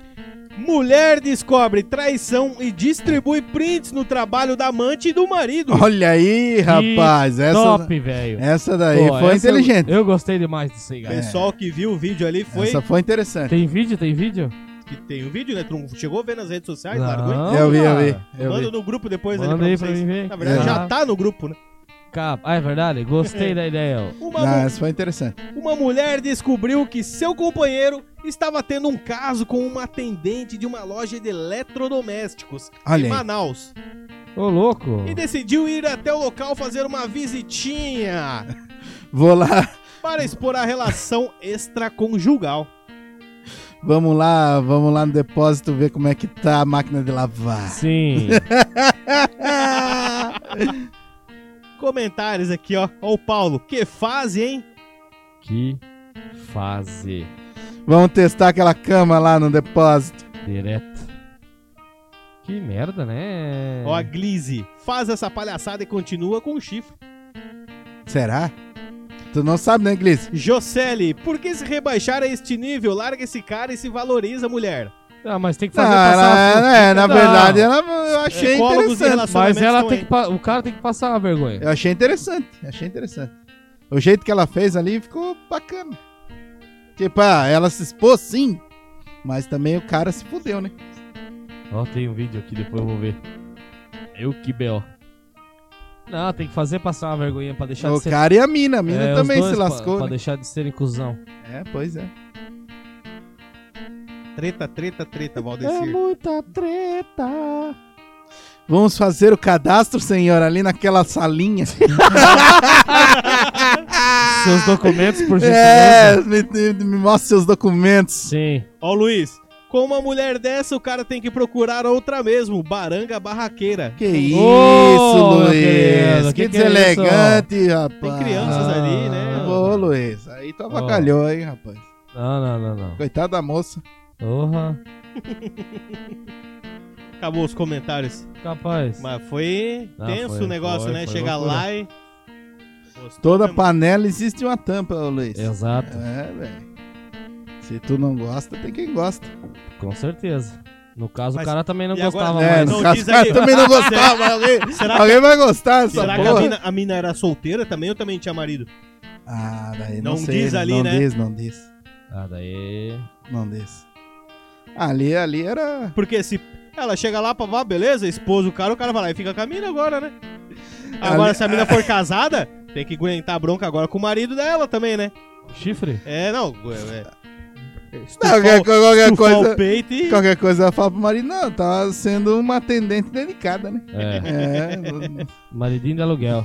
Mulher descobre traição e distribui prints no trabalho da amante e do marido.
Olha aí, rapaz. Essa,
top, velho.
essa daí
Pô,
foi
essa
inteligente.
Eu, eu gostei demais disso aí,
O
galera.
pessoal que viu o vídeo ali foi...
Essa foi interessante.
Tem vídeo? Tem vídeo?
Que tem o vídeo, né? Tu não chegou a ver nas redes sociais?
Não.
Largou?
eu vi, eu vi.
cara.
Eu
Manda
vi.
no grupo depois
Manda
ali
aí
pra
pra
vocês.
mim ver.
Na verdade,
É.
já tá no grupo, né?
Cap- Ah, é verdade? Gostei da ideia. ó.
Uma,
Não,
mu-
essa foi interessante.
uma mulher descobriu que seu companheiro estava tendo um caso com uma atendente de uma loja de eletrodomésticos em
Olha aí.
Manaus
Ô, louco.
e decidiu ir até o local fazer uma visitinha
Vou lá,
para expor a relação extraconjugal.
vamos lá, vamos lá no depósito ver como é que tá a máquina de lavar.
Sim.
Comentários aqui, ó. Ó o Paulo. Que fase, hein?
que fase.
Vamos testar aquela cama lá no depósito.
Direto. Que merda, né?
Ó a Glise. Faz essa palhaçada e continua com o chifre.
Será? Tu não sabe, né, Gliss?
Jocely, por que se rebaixar a este nível? Larga esse cara e se valoriza, mulher.
Ah, mas tem que
Não,
fazer passar.
ela- é, na
Não.
verdade, ela, eu achei
Psicólogos em
interessante.
relação-
Mas
um,
ela tem
Relacionamentos
que pa- o cara tem que passar a vergonha.
Eu achei interessante, achei interessante. O jeito que ela fez ali ficou bacana. Tipo, ah, ela se expôs sim, mas também o cara se fudeu, né?
Ó, tem um vídeo aqui, depois eu vou ver. Eu que B.O. Não, tem que fazer passar uma vergonha pra deixar
o
de ser...
cara e a mina, a mina
É, os
também
dois
se
pra-
lascou.
Pra
né?
deixar de serem cuzão.
É, pois é.
Treta, treta, treta,
É,
Valdecir.
muita treta. Vamos fazer o cadastro, senhor, ali naquela salinha.
Seus documentos, por
é,
gentileza.
me, me- me mostra seus documentos.
Sim.
Ó, o Luiz. Com uma mulher dessa, o cara tem que procurar outra mesmo. Baranga barraqueira.
Que isso,
Ô,
Luiz.
querido, que
que
que é isso?
deselegante, rapaz.
Tem crianças
Ah,
ali, né?
Ô, Luiz, aí tu avacalhou, hein, rapaz.
Não, não, não, não.
Coitada da moça.
Porra.
Acabou os comentários.
Capaz.
Mas foi
Ah,
tenso
foi,
o negócio,
foi,
né?
foi
Chegar
loucura.
lá e. Gostou
Toda
mesmo.
panela existe uma tampa, ô, Luiz.
Exato.
É, velho. Se tu não gosta, tem quem gosta.
Com certeza. No caso,
Mas-
o cara também não
e agora?
gostava
É,
mais.
não
no caso,
diz
o cara
aí.
também não gostava. alguém,
Será,
alguém vai gostar dessa
será que a
porra.
mina, a mina era solteira também ou também tinha marido?
Ah, daí
Não
não, sei,
diz ali,
não
né?
diz, não diz,
Ah, daí...
não diz. Ali, ali era...
Porque se ela chega lá pra vá, beleza, esposa o cara, o cara vai lá e fica com a mina agora, né? Agora,
Ali-
se a mina for casada, tem que aguentar a bronca agora com o marido dela também, né?
Chifre?
É, não. É, é.
Não, qualquer,
Estufar o-
qualquer
estufar o
coisa,
peito e...
qualquer coisa ela fala pro marido, não, tá sendo uma atendente dedicada, né?
É.
É,
Maridinho de aluguel.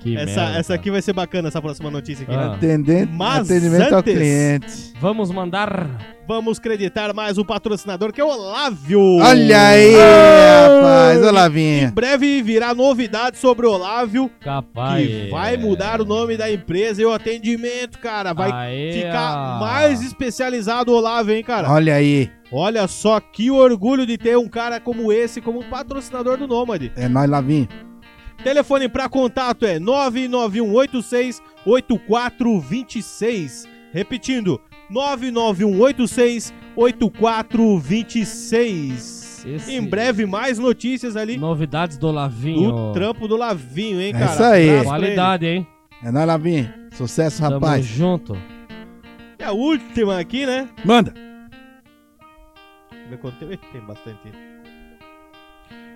Que
Essa,
merda.
essa aqui vai ser bacana, essa próxima notícia aqui,
Ah.
né?
Atendente,
Mas
atendimento ao
antes-
cliente.
Vamos mandar.
Vamos creditar mais o patrocinador, que é o Olávio.
Olha aí, rapaz. Olha lá,
Em
Vinha.
breve virá novidade sobre o Olávio,
Capaz.
que vai mudar o nome da empresa e o atendimento, cara. Vai
Aê,
ficar
ah.
mais especializado o Olávio, hein, cara?
Olha aí.
Olha só que orgulho de ter um cara como esse como patrocinador do Nômade.
É nóis, Lavinho.
Telefone para contato é 991868426. Repetindo, um 991868426.
Esse-
Em breve mais notícias ali
Novidades do Lavinho.
do trampo do Lavinho, hein,
É
cara?
isso aí.
Abraço pra ele.
Qualidade, hein?
É nóis, Lavinho. Sucesso,
Tamo
rapaz.
junto.
E É a última aqui, né?
Manda.
Vê quanto tem- Tem bastante.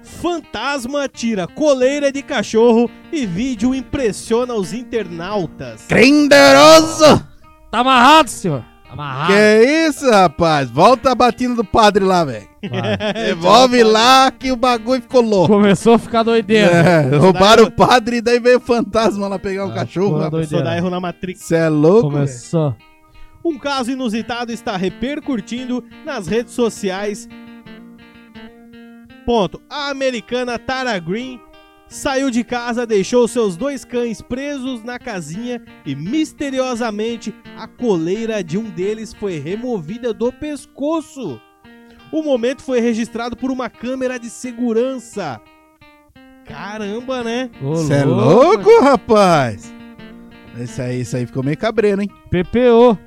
Fantasma tira coleira de cachorro e vídeo impressiona os internautas.
Crenderoso!
Tá amarrado, senhor.
Ah.
Amarrado.
Que isso, rapaz? Volta a batida do padre lá, velho.
Vai.
Devolve É, lá que o bagulho ficou louco.
Começou a ficar doideira.
É, roubaram o padre e daí veio o fantasma lá pegar É, o
Ah,
cachorro.
porra,
rapaz.
Só dá erro na Matrix.
Você é louco, velho.
Começou.
Um caso inusitado está repercutindo nas redes sociais. Ponto. A americana Tara Green saiu de casa, deixou seus dois cães presos na casinha e misteriosamente a coleira de um deles foi removida do pescoço. O momento foi registrado por uma câmera de segurança. Caramba, né?
Ô,
Você é louco, rapaz? Isso aí, isso aí ficou meio cabreiro, hein?
PPO.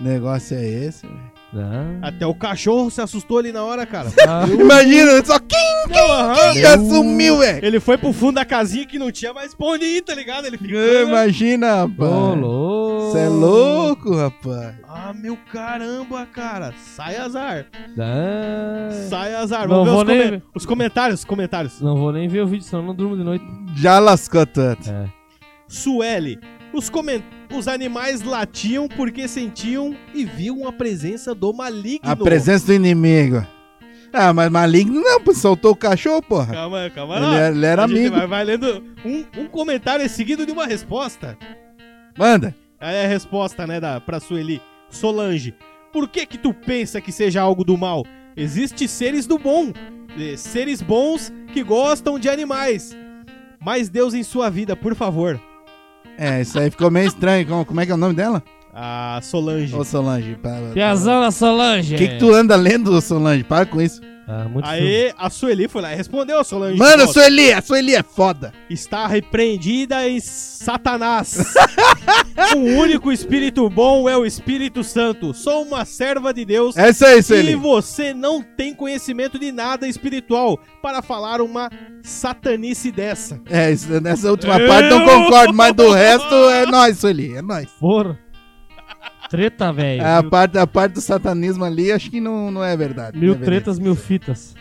O negócio é esse, velho.
Ah,
Até o cachorro se assustou ali na hora, cara.
tá.
Imagina, só quem
Não, aham.
já sumiu, velho.
Ele foi pro fundo da casinha que não tinha mais pra onde ir, tá ligado? Ele
É,
ficou. né?
Imagina,
Ô,
rapaz.
louco.
Você é louco, rapaz.
Ah, meu caramba, cara. Sai azar.
Ah.
Sai azar.
Não
Vamos ver
vou
os, come-
nem ver.
os comentários, os comentários.
Não vou nem ver o vídeo, senão eu não durmo de noite.
Já lascou tanto.
É.
Sueli. Os, comen... os animais latiam porque sentiam e viam a presença do maligno.
A presença do inimigo. Ah, mas maligno não, pô, soltou o cachorro, porra.
Calma, calma
Ele
lá.
era, ele era
A gente
amigo.
Vai, vai lendo um, um comentário seguido de uma resposta.
Manda.
Aí é a resposta, né, da, pra Sueli. Solange, por que que tu pensa que seja algo do mal? Existem seres do bom, eh, seres bons que gostam de animais. Mais Deus em sua vida, por favor.
É, isso aí ficou meio estranho. Como, como é que é o nome dela?
Ah, Solange.
Ô, Solange. Para,
Piazão da Solange.
O que, que tu anda lendo, Solange? Para com isso.
Ah, muito filme.
Aí a Sueli foi lá e respondeu a Solange.
Mano, a
Nossa,
Sueli, a Sueli é foda.
Está repreendida em Satanás. o único espírito bom é o Espírito Santo. Sou uma serva de Deus
É isso aí,
E
Sueli.
você não tem conhecimento de nada espiritual para falar uma satanice dessa.
É, isso, nessa última
Eu-
parte não concordo, mas do resto é nóis, Sueli. É nóis.
Porra. Treta, velho.
A parte, a parte do satanismo ali, acho que não, não é verdade.
Mil
não é verdade.
tretas, mil fitas.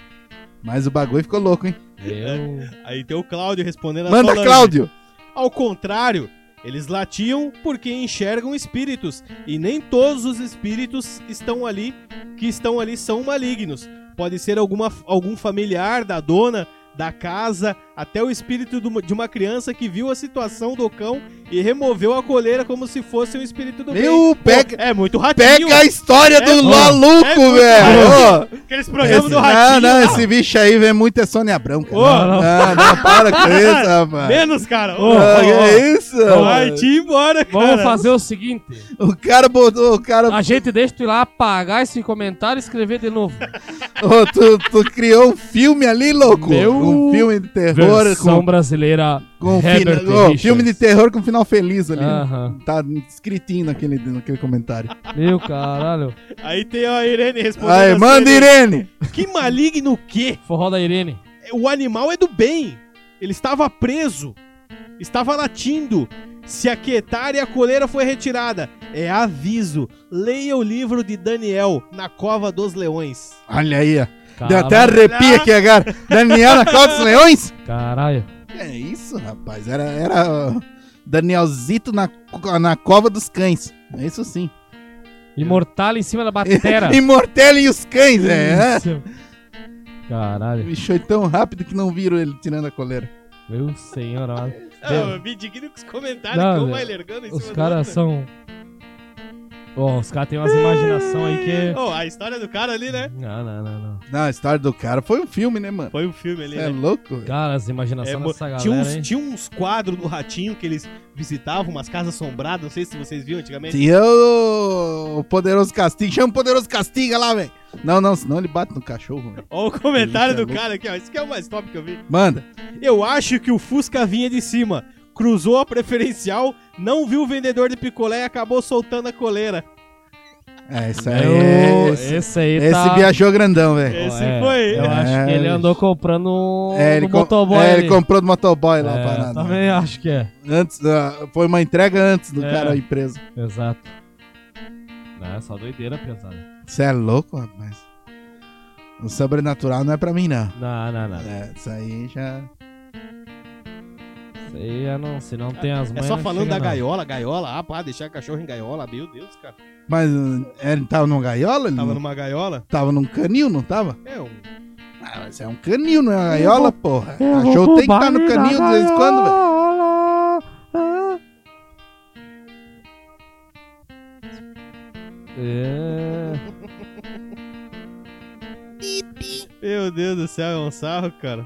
Mas o bagulho ficou louco, hein?
Eu.
Aí tem o Cláudio respondendo a
Manda,
Solange.
Cláudio.
Ao contrário, eles latiam porque enxergam espíritos e nem todos os espíritos estão ali que estão ali são malignos. Pode ser alguma, algum familiar da dona da casa, até o espírito de uma- de uma criança que viu a situação do cão e removeu a coleira como se fosse um espírito do bem.
Meu, pega,
É muito ratinho.
pega a história
É,
do
ó,
maluco,
é muito
velho. Ô,
Aqueles
esse-
programas do
não,
Ratinho.
não,
lá.
esse bicho aí vê muito é Sônia Abrão, cara.
Ô,
não, não, para com isso, rapaz.
Menos, cara.
Ô,
Ah, que
ô,
é isso?
Vai te embora, cara.
Vamos fazer o seguinte:
O cara botou, o cara.
a gente deixa tu ir lá apagar esse comentário e escrever de novo.
Ô, tu, tu criou um filme ali, louco?
Ah. Meu
Um filme de terror
Versão
com.
brasileira.
com
Herbert
fina- ô,
Richards.
filme de terror com um final feliz ali.
Aham.
Tá escritinho naquele, naquele comentário.
Meu caralho.
Aí tem a Irene respondendo.
Ah,
Aí,
assim,
manda, Irene!
Que maligno o quê?
Forró da Irene.
O animal é do bem. Ele estava preso. Estava latindo. Se aquietar e a coleira foi retirada. É aviso. Leia o livro de Daniel, Na Cova dos Leões.
Olha aí, ó. Deu
Caralho.
até arrepio aqui agora. Daniel na Copa dos Leões?
Caralho.
É isso, rapaz. Era, era ó, Danielzito na, co- na Cova dos Cães. É isso sim.
Imortal em cima da batera.
Imortelo e os cães, é. é.
Isso. Caralho.
Bicho, foi tão rápido que não viram ele tirando a coleira.
Meu senhor. olha.
Ah, Eu me indigno com os comentários
Não,
que um
velho.
vai largando em cima
Os
do
caras
outro.
são. Ó, os caras têm umas imaginações aí que.
Ô, a história do cara ali, né?
Não, não, não, não.
Não, a história do cara foi um filme, né, mano?
Foi um filme ali,
Cê é
né?
louco? velho?
Cara, as
É,
imaginações
mo-
dessa
tinha,
Tá galera,
uns,
hein?
tinha uns quadros no Ratinho que eles visitavam, umas casas assombradas, não sei se vocês viram antigamente.
Tinha o o Poderoso Castiga. Chama o Poderoso Castiga lá, velho. Não, não, senão ele bate no cachorro, velho.
Olha o comentário
Isso é
do cara aqui, ó. Isso que é o mais top que eu vi.
Manda.
Eu acho que o Fusca vinha de cima. Cruzou a preferencial, não viu o vendedor de picolé e acabou soltando a coleira.
É, isso aí.
Eu-
esse,
Esse aí
esse
tá.
viajou grandão, velho.
Esse
É,
foi.
Eu acho que
É,
ele andou comprando um
É, ele,
um
com-
motoboy.
é, ele
ali.
comprou do motoboy lá,
É,
a parada. né?
Também acho que é.
Antes, ah, foi uma entrega antes do
É.
cara à empresa.
Exato. Não, é só doideira pesada.
Você é louco, rapaz. O sobrenatural não é pra mim, não.
Não, não, não.
É, isso aí já.
Isso aí é não. Se não tem as
É
mães.
só
não
falando
chega,
da
não.
gaiola, gaiola, ah, pá, deixar cachorro em gaiola, meu Deus, cara.
Mas ah, ele tava numa gaiola?
Hum.
Ele
Tava
não-
numa gaiola?
tava num canil, não tava?
É, um-
Ah, mas é um canil, não é uma gaiola, porra.
Eu vou
Cachorro
pro
tem que estar no
baile da
canil de vez em quando, velho.
gaiola. Ah,
É.
meu Deus do céu, é um sarro, cara.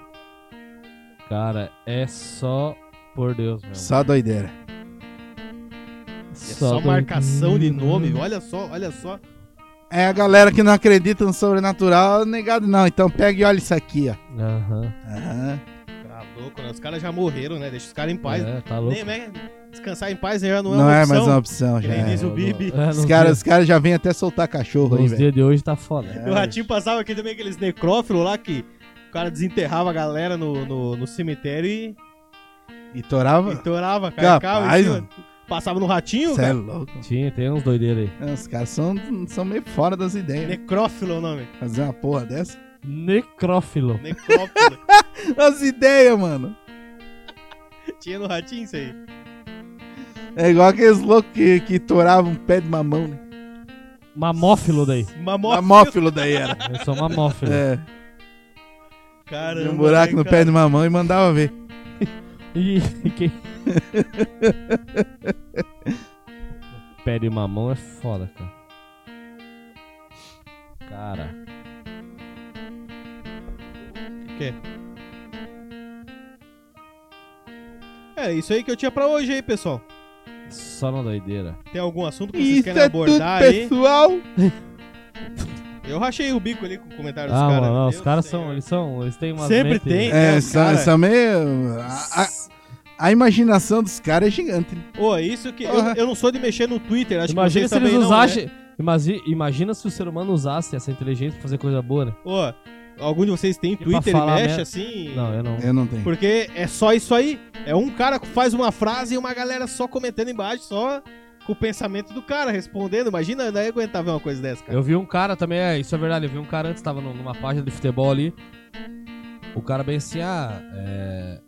Cara, é só. Por Deus, meu.
Só doideira.
É
É só
doideira.
marcação de
né?
nome, olha só, olha só.
É a galera que não acredita no sobrenatural, negado não. Então pega e olha isso aqui, ó.
Aham.
Aham.
Tá louco, né? Os caras já morreram, né? Deixa os caras em paz.
É, tá louco.
Nem, né? Descansar em paz já não é
Não
uma
é
opção.
mais uma opção, já.
Que nem
é.
diz o Bibi.
É,
Os
nos
caras os caras já vêm até soltar cachorro
dias-
aí,
Nos
velho.
dias de hoje tá foda.
É.
O Ratinho passava aqui também aqueles necrófilos lá que o cara desenterrava a galera no, no, no cemitério e
E torava.
entorava, carcava. em
Capaz,
cima.
mano.
Passava no Ratinho,
Cê é
cara.
louco.
Tinha, tem uns doideiros aí.
É, Os caras são, são meio fora das ideias. né?
Necrófilo é o nome.
Fazer uma porra dessa.
Necrófilo.
Necrófilo.
As ideias, mano.
Tinha no Ratinho isso aí.
É igual aqueles loucos que, que toravam um pé de mamão, né?
Mamófilo daí.
Mamó.
Mamófilo daí era.
Eu sou mamófilo.
É,
Caramba.
tinha um buraco
né,
no
cara?
pé de mamão e mandava ver.
E quem... Pé de mamão é foda, cara. Cara.
É isso aí que eu tinha pra hoje aí, pessoal.
Só na doideira.
Tem algum assunto que vocês
Isso
querem
é tudo,
abordar aí?
pessoal.
Eu rachei o bico ali com o comentário dos
ah,
caras.
mano,
Meu
os caras
Deus
são.
Senhor.
Eles são. Eles têm uma.
Sempre tem. É,
É,
os
são,
cara-
são meio.
ah,
A, a- a imaginação dos caras é gigante. né?
Ô, isso que. Eu,
Porra.
eu não sou de mexer no Twitter, acho
Imagina
que vocês
se eles
também não, né?
usassem. Imagina, imagina se o ser humano usasse essa inteligência pra fazer coisa boa, né?
Ô, algum de vocês tem
pra
Twitter e
falar
mexe
merda-
assim?
Não, eu não.
Eu não tenho.
Porque é só isso aí. É um cara que faz uma frase e uma galera só comentando embaixo, só com o pensamento do cara respondendo. Imagina, eu não ia aguentar ver uma coisa dessa, cara.
Eu vi um cara também, é, isso é verdade, eu vi um cara antes, tava num- numa página de futebol ali. O cara bem assim, ah, é,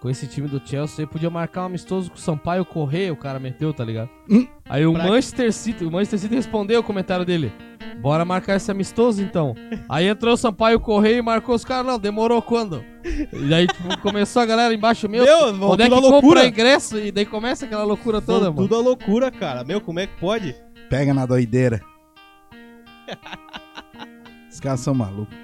com esse time do Chelsea, aí podia marcar um amistoso com o Sampaio Correia, o cara meteu, tá ligado?
Hum.
Aí o
Pra-
Manchester City, o Manchester City respondeu o comentário dele. Bora marcar esse amistoso então. Aí entrou o Sampaio Correia e marcou os caras, não, demorou quando? E aí tipo, começou a galera embaixo, meu,
Meu,
onde é que
tudo
compra
a loucura.
ingresso? E daí começa aquela loucura toda,
Vão
mano.
tudo a loucura, cara. Meu, como é que pode?
Pega na doideira. Os caras são malucos.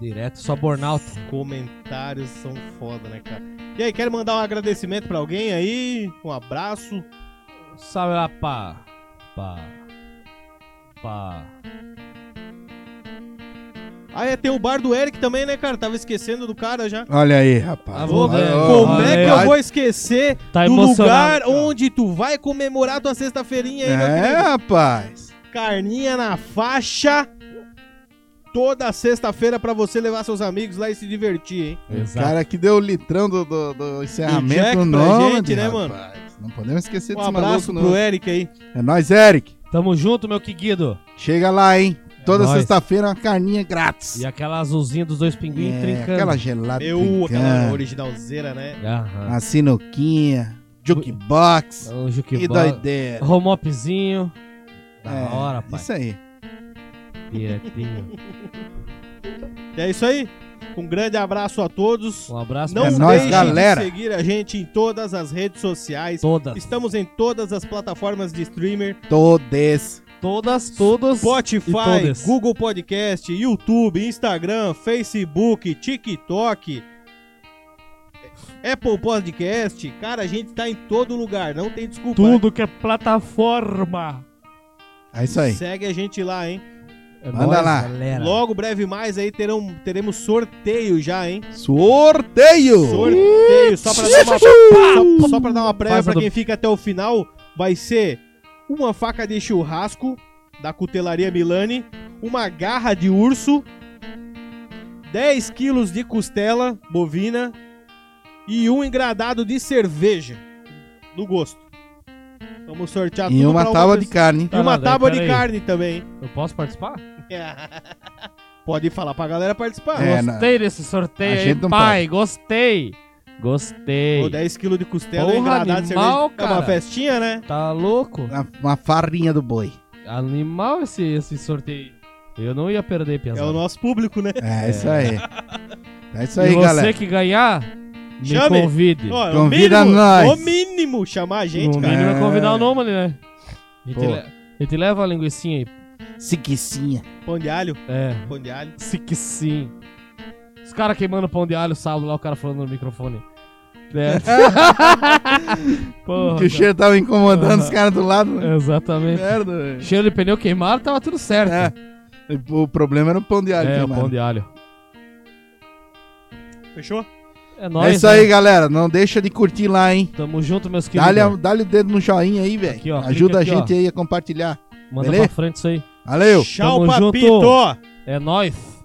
Direto, só burnout.
Comentários são foda, né, cara? E aí, quero mandar um agradecimento pra alguém aí, um abraço.
Salve lá pra. pra. pra.
Ah, é, tem o bar do Eric também, né, cara? Tava esquecendo do cara já.
Olha aí, rapaz.
Ah, vou
Olha-
ver.
olha-
Como é
olha-
que eu
olha-
vou esquecer
Tá
do lugar
emocionado.
onde tu vai comemorar tua sexta-feirinha aí, meu
É,
querido?
rapaz.
Carninha na faixa. Toda sexta-feira pra você levar seus amigos lá e se divertir, hein?
O
Exato.
cara que deu o litrão do, do, do
E Jack
encerramento
pra
no nome,
gente, né, mano?
rapaz. Não podemos esquecer
Um
desse
abraço
tá maluco,
pro
não.
Eric aí.
É nóis, Eric.
Tamo junto, meu querido.
Chega lá, hein?
É
Toda
nóis.
sexta-feira uma carninha grátis.
E aquela azulzinha dos dois pinguins
É,
trincando.
aquela gelada.
Eu, aquela
trincando.
originalzeira, né?
Aham.
A sinuquinha, jukebox
O
e
Juquibó.
doideira.
Home upzinho. Da
É,
hora, pai.
Isso aí.
Direitinho.
E é isso aí. Um grande abraço a todos.
Um abraço
Não
é
deixem
nóis, galera.
de seguir a gente em todas as redes sociais.
todas.
Estamos em todas as plataformas de streamer.
Todes.
Todas, todos. e
Spotify,
todas.
Google Podcast, YouTube, Instagram, Facebook, TikTok, Apple Podcast. Cara, a gente tá em todo lugar, não tem desculpa.
Tudo que é plataforma.
É isso aí.
Segue a gente lá, hein?
É
Manda
nóis,
lá.
Galera.
Logo, breve mais aí terão, teremos sorteio já, hein?
Sorteio!
Sorteio, só pra dar uma,
Hum.
só, só pra dar uma prévia
Faz a
pra
do-
quem fica até o final, vai ser uma faca de churrasco da Cutelaria Milani, uma garra de urso, 10 quilos de costela bovina e um engradado de cerveja do gosto. Vamos sortear
E
tudo
uma
pra
tábua de
pessoa-
carne.
E uma
Tá
Ah, não, daí,
tábua de
peraí.
carne também.
Eu posso participar?
Pode falar pra galera participar.
É, na-
Gostei desse
A
sorteio,
gente
hein,
não
pai? Gostei. Gostei.
Ou 10 quilos de costela e
Porra,
engradado
animal,
de cerveja. É uma
cara.
festinha, né?
Tá louco?
Uma, uma farinha do boi.
Animal esse, esse sorteio. Eu não ia perder,
É
Piazão.
o nosso público, né?
É isso aí. É isso
E
aí,
você
galera.
que ganhar, me
Chame.
convide.
Ó, é
Convida
o mínimo,
nós.
O mínimo chamar a gente,
no
cara.
mínimo
É.
é convidar o Nômade, né? A gente,
Pô.
le- a gente leva a linguicinha aí.
Siguicinha.
Pão de alho,
É,
pão de alho.
se que sim. Os caras queimando pão de alho sábado lá, o cara falando no microfone. É. Porra,
Que o cheiro tava incomodando os caras do lado.
cara. Exatamente.
Merda, velho.
Cheiro de pneu queimado, tava tudo certo.
É. O problema era o pão de alho. né,
É, o
queimado.
pão de alho.
Fechou?
É nóis,
é isso aí, galera. Não deixa de curtir lá, hein?
né? Tamo junto, meus queridos.
Dá-lhe um- dá-lhe o dedo no joinha aí,
Aqui,
velho.
ó, clica
Ajuda a
aqui, ó.
gente aí a compartilhar.
Manda
beleza?
pra frente isso aí.
Valeu!
Tchau,
Tamo
papito!
junto. É nóis.